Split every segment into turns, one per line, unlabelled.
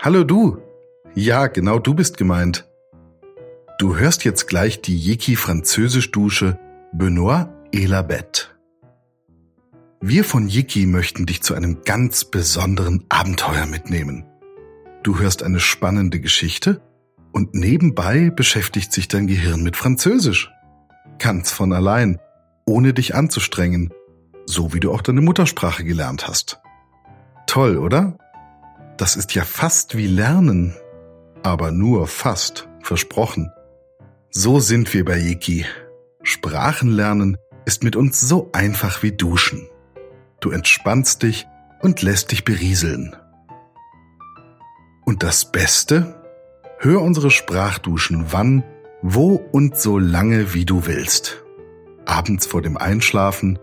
Hallo du. Ja, genau du bist gemeint. Du hörst jetzt gleich die Yeki französisch Dusche Benoit et la Bête. Wir von Yiki möchten dich zu einem ganz besonderen Abenteuer mitnehmen. Du hörst eine spannende Geschichte und nebenbei beschäftigt sich dein Gehirn mit Französisch. Ganz von allein, ohne dich anzustrengen, so wie du auch deine Muttersprache gelernt hast. Toll, oder? Das ist ja fast wie Lernen, aber nur fast, versprochen. So sind wir bei Yiki. Sprachen lernen ist mit uns so einfach wie Duschen. Du entspannst dich und lässt dich berieseln. Und das Beste? Hör unsere Sprachduschen wann, wo und so lange wie du willst. Abends vor dem Einschlafen,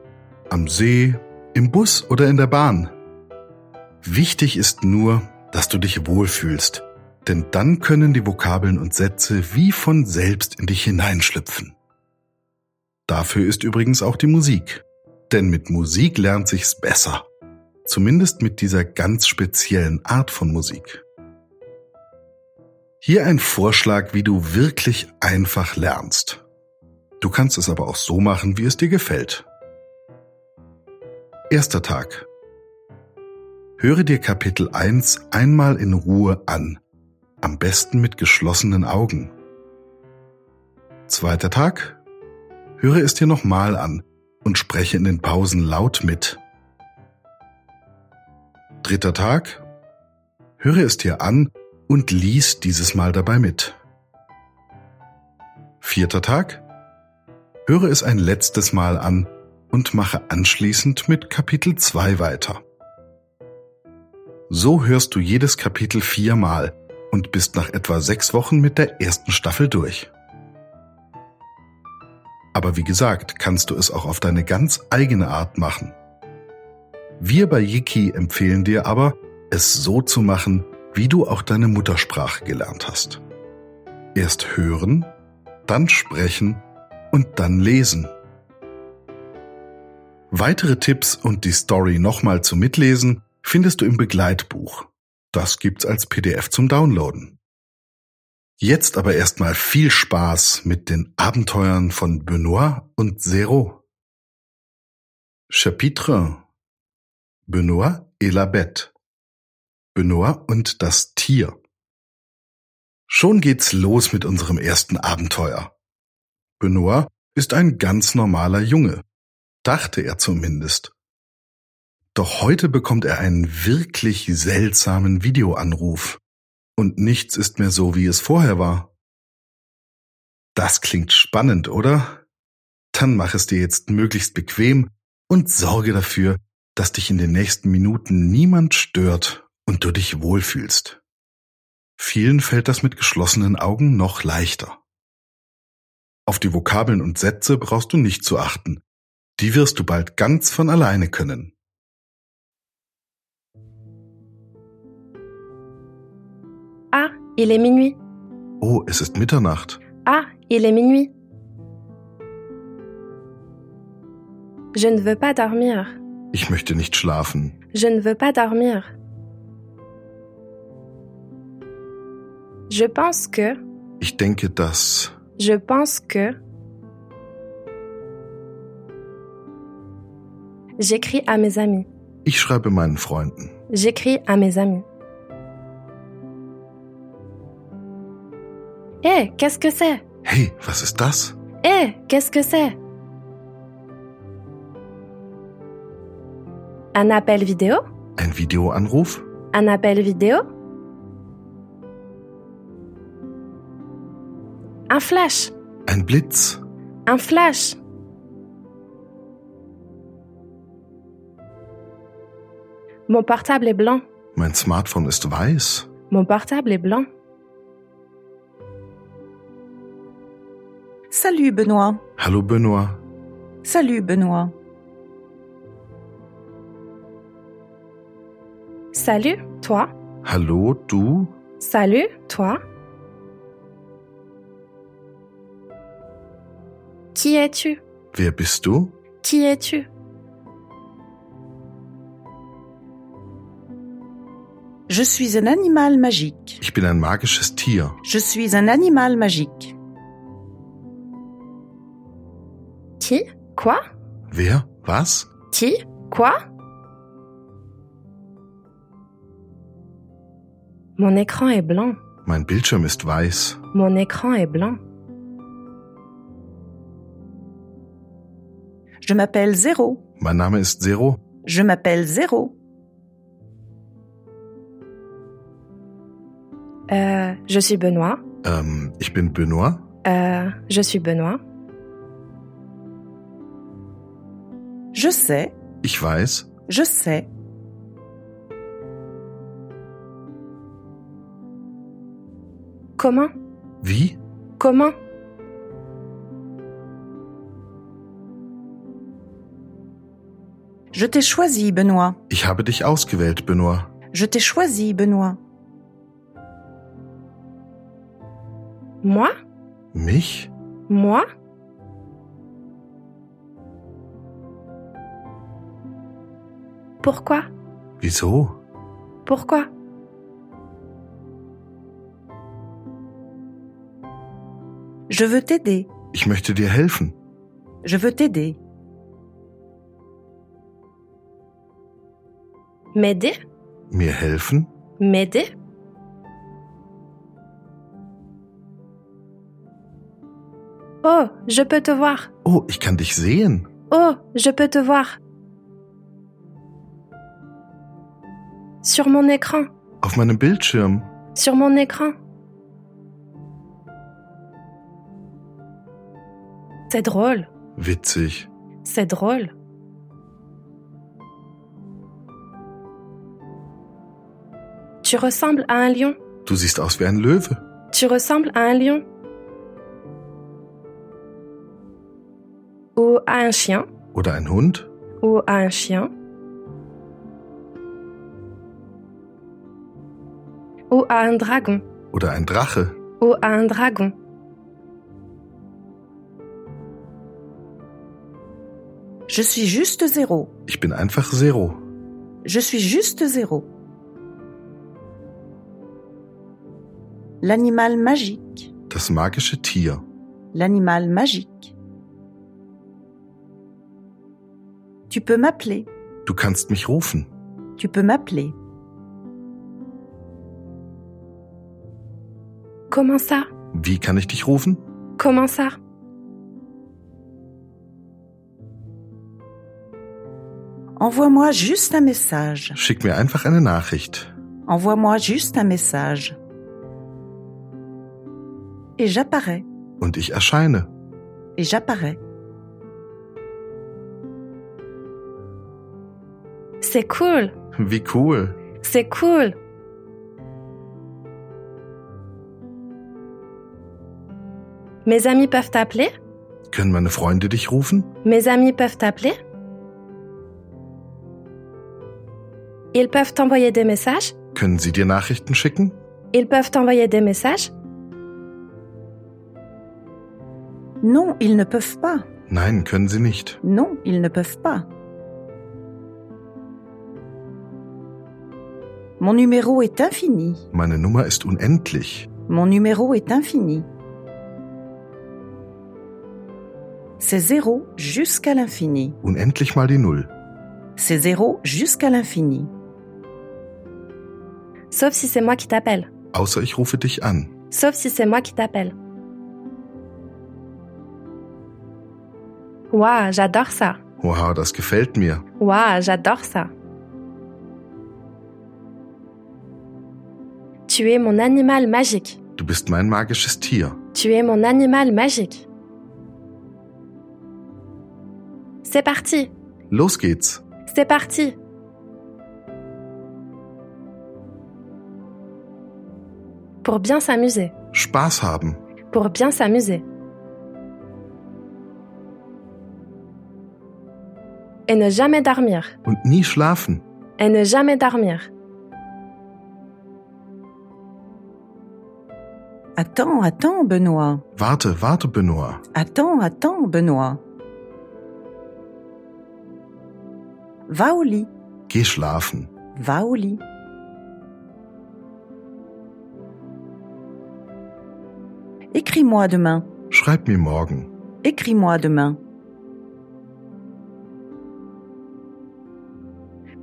am See, im Bus oder in der Bahn. Wichtig ist nur, dass du dich wohlfühlst, denn dann können die Vokabeln und Sätze wie von selbst in dich hineinschlüpfen. Dafür ist übrigens auch die Musik. Denn mit Musik lernt sich's besser. Zumindest mit dieser ganz speziellen Art von Musik. Hier ein Vorschlag, wie du wirklich einfach lernst. Du kannst es aber auch so machen, wie es dir gefällt. Erster Tag. Höre dir Kapitel 1 einmal in Ruhe an. Am besten mit geschlossenen Augen. Zweiter Tag höre es dir nochmal an und spreche in den Pausen laut mit. Dritter Tag. Höre es dir an und lies dieses Mal dabei mit. Vierter Tag. Höre es ein letztes Mal an und mache anschließend mit Kapitel 2 weiter. So hörst du jedes Kapitel viermal und bist nach etwa sechs Wochen mit der ersten Staffel durch. Aber wie gesagt, kannst du es auch auf deine ganz eigene Art machen. Wir bei Yiki empfehlen dir aber, es so zu machen, wie du auch deine Muttersprache gelernt hast. Erst hören, dann sprechen und dann lesen. Weitere Tipps und die Story nochmal zum Mitlesen findest du im Begleitbuch. Das gibt's als PDF zum Downloaden. Jetzt aber erstmal viel Spaß mit den Abenteuern von Benoit und Zero. Chapitre Benoit et la Bête Benoit und das Tier Schon geht's los mit unserem ersten Abenteuer. Benoit ist ein ganz normaler Junge, dachte er zumindest. Doch heute bekommt er einen wirklich seltsamen Videoanruf und nichts ist mehr so, wie es vorher war. Das klingt spannend, oder? Dann mach es dir jetzt möglichst bequem und sorge dafür, dass dich in den nächsten Minuten niemand stört und du dich wohlfühlst. Vielen fällt das mit geschlossenen Augen noch leichter. Auf die Vokabeln und Sätze brauchst du nicht zu achten. Die wirst du bald ganz von alleine können.
Ah, il est minuit.
Oh, es ist Mitternacht.
Ah, il est minuit. Je ne veux pas dormir.
Ich möchte nicht schlafen.
Je ne veux pas dormir. Je pense que,
Ich denke, dass
je pense que. J'écris à mes amis.
ich schreibe meinen Freunden.
J'écris à mes amis. Hé, Eh, qu'est-ce que c'est
Hey, was ist das?
Hé, Eh, qu'est-ce que c'est Un appel vidéo
Ein Videoanruf?
Un appel vidéo Un flash
Ein Blitz?
Un flash Mon portable est blanc.
Mein Smartphone ist weiß?
Mon portable est blanc.
Salut Benoît.
Hallo Benoit.
Salut Benoît.
Salut, toi.
Hallo du?
Salut, toi. Qui es-tu
Wer bist du?
Qui es-tu
Je suis un animal magique.
Ich bin ein magisches Tier.
Je suis un animal magique.
Qui Quoi
Wer? Was?
Qui Quoi Mon écran est blanc.
Mein Bildschirm ist weiß.
Mon écran est blanc.
Je m'appelle Zéro.
Mein Name ist Zero.
Je m'appelle Zéro.
Euh, je suis Benoît.
Ähm, ich bin Benoit.
Euh, je suis Benoît.
Je sais,
Ich weiß.
je sais.
Comment
Wie?
Comment
Je t'ai choisi, Benoît.
Ich habe dich ausgewählt, Benoit.
Je t'ai choisi, Benoît.
Moi
Mich?
Moi Pourquoi
Wieso?
Pourquoi
Je veux t'aider.
Ich möchte dir helfen.
Je veux t'aider.
M'aider
Mir helfen?
M'aider Oh, je peux te voir.
Oh, ich kann dich sehen.
Oh, je peux te voir. Sur mon écran,
Auf meinem Bildschirm.
sur mon écran. C'est drôle,
Witzig.
c'est drôle. Tu ressembles à un lion.
Du siehst aus wie ein Löwe.
Tu ressembles à un lion. Ou à un chien.
Oder ein Hund.
Ou à un chien. Ou à un dragon.
Oder ein Drache.
Ou à un dragon.
Je suis juste Zéro.
Ich bin einfach Zero.
Je suis juste Zéro. L'animal magique.
Das magische Tier.
L'animal magique. Tu peux m'appeler.
Du kannst mich rufen.
Tu peux m'appeler.
Comment ça
Wie kann ich dich rufen?
Comment ça
Envoie-moi juste un message.
Schick mir einfach eine Nachricht.
Envoie-moi juste un message. Et j'apparais.
Und ich erscheine.
Et j'apparais.
C'est cool.
Wie cool.
C'est cool. Mes amis peuvent t'appeler
Können meine Freunde dich rufen?
Mes amis peuvent t'appeler Ils peuvent t'envoyer des messages
Können sie dir Nachrichten schicken?
Ils peuvent t'envoyer des messages
Non, ils ne peuvent pas.
Nein, können sie nicht.
Non, ils ne peuvent pas. Mon numéro est infini.
Meine Nummer ist unendlich.
Mon numéro est infini. C'est zéro jusqu'à l'infini.
Unendlich mal die Null.
C'est zéro jusqu'à l'infini.
Sauf si c'est moi qui t'appelle.
Außer ich rufe dich an.
Sauf si c'est moi qui t'appelle. Waouh, j'adore ça.
Wow, das gefällt mir.
Waouh, j'adore ça. Tu es mon animal magique.
Du bist mein magisches Tier.
Tu es mon animal magique. C'est parti,
Los geht's.
c'est parti. Pour bien s'amuser,
Spaß haben.
pour bien s'amuser. Et ne jamais dormir.
Und nie schlafen.
et ne jamais dormir.
Attends, attends, Benoît.
Warte, warte, Benoit.
Attends, attends, Benoît. Va au lit,
Geh schlafen.
va au lit. Écris-moi demain.
Schreib mir morgen.
Écris-moi demain.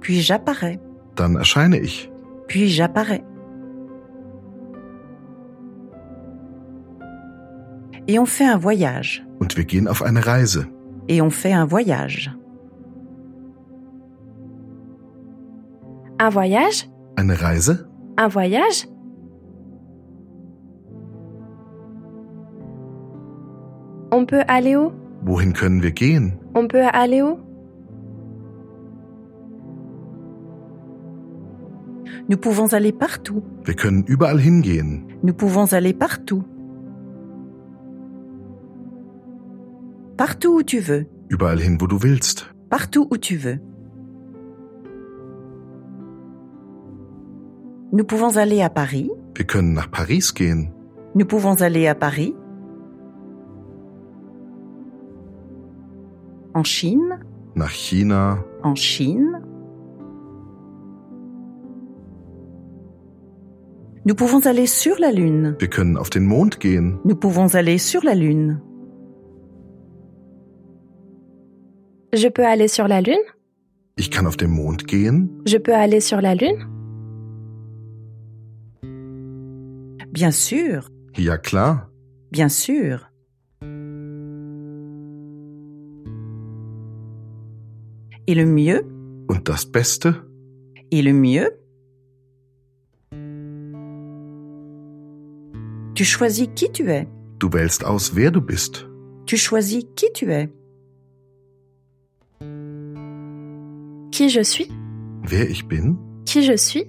Puis j'apparais.
Dann erscheine ich.
Puis j'apparais. Et on fait un voyage.
Und wir gehen auf eine Reise.
Et on fait un voyage.
Un voyage
Eine Reise?
Un voyage On peut aller où
Wohin können wir gehen?
On peut aller où
Nous pouvons aller partout.
Wir können überall hingehen.
Nous pouvons aller partout. Partout où tu veux.
Überall hin, wo du willst.
Partout où tu veux. Nous pouvons aller à Paris.
Wir können nach Paris gehen.
Nous pouvons aller à Paris. En Chine.
Nach China.
En Chine. Nous pouvons aller sur la Lune.
Wir können auf den Mond gehen.
Nous pouvons aller sur la Lune.
Je peux aller sur la Lune
Ich kann auf den Mond gehen.
Je peux aller sur la Lune
Bien sûr.
Ja klar.
Bien sûr. Et le mieux,
Und das Beste?
et le mieux. Tu choisis qui tu es.
Du wählst aus, wer du bist.
Tu choisis qui tu es.
Qui je suis
Wer ich bin?
Qui je suis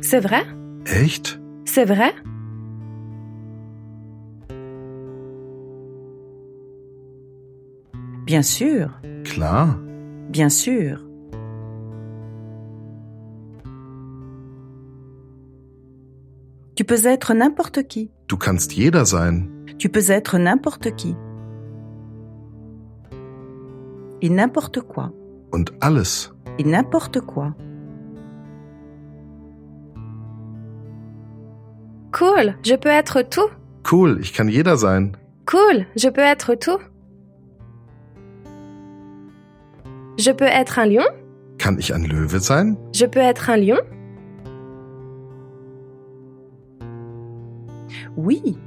C'est vrai
Echt?
C'est vrai
Bien sûr.
Klar.
Bien sûr. Tu peux être n'importe qui.
Du kannst jeder sein.
Tu peux être n'importe qui. Et n'importe quoi.
Und alles.
Et n'importe quoi.
Cool Je peux être tout
Cool, ich kann jeder sein.
Cool Je peux être tout Je peux être un lion
Kann ich ein Löwe sein?
Je peux être un lion
Oui,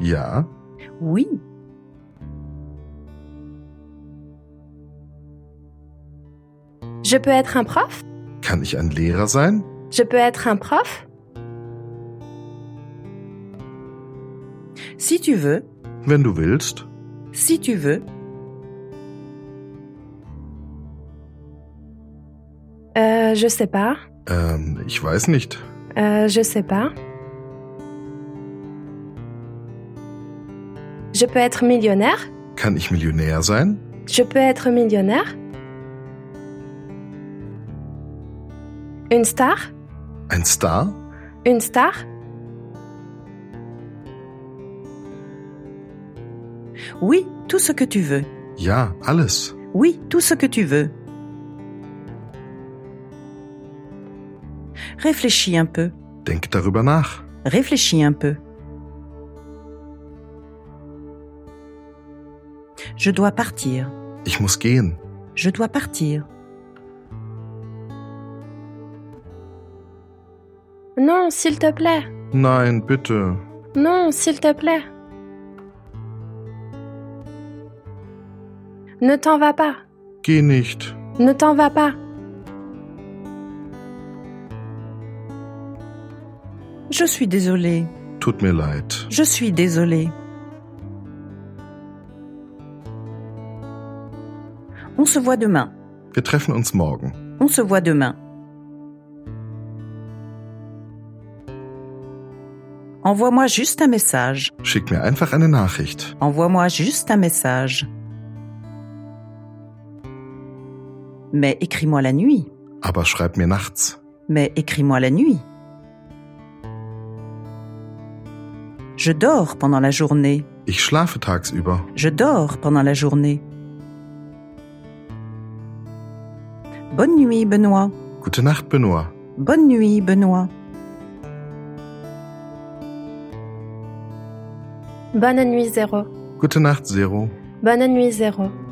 Ja.
oui.
Je peux être un prof
Kann ich ein Lehrer sein?
Je peux être un prof
Si tu veux,
Wenn du willst.
si tu veux,
Euh, je sais pas.
Ähm, ich weiß nicht.
Euh, je sais pas. Je peux être millionnaire
Kann ich Millionär sein?
Je peux être millionnaire Une star
Ein Star?
Une star
oui, tout ce que tu veux.
Ja, alles.
Oui, tout ce que tu veux. Réfléchis un peu,
Denk darüber nach.
réfléchis un peu. Je dois partir,
Ich muss gehen.
je dois partir.
Non, s'il te plaît.
Nein, bitte.
Non, s'il te plaît. Ne t'en va pas.
Geh nicht.
Ne t'en va pas.
Je suis désolée,
Tut mir leid.
je suis désolée. On se voit demain,
Wir treffen uns morgen.
on se voit demain. Envoie-moi juste un message.
Schick mir einfach eine Nachricht.
Envoie-moi juste un message. Mais écris-moi la nuit.
Aber schreib mir nachts.
Mais écris-moi la nuit. Je dors pendant la journée.
Ich schlafe tagsüber.
Je dors pendant la journée. Bonne nuit, Benoît.
Gute Nacht, Benoit.
Bonne nuit, Benoît.
Bonne nuit, Zéro.
Gute Nacht, Zero.
Bonne nuit, Zéro.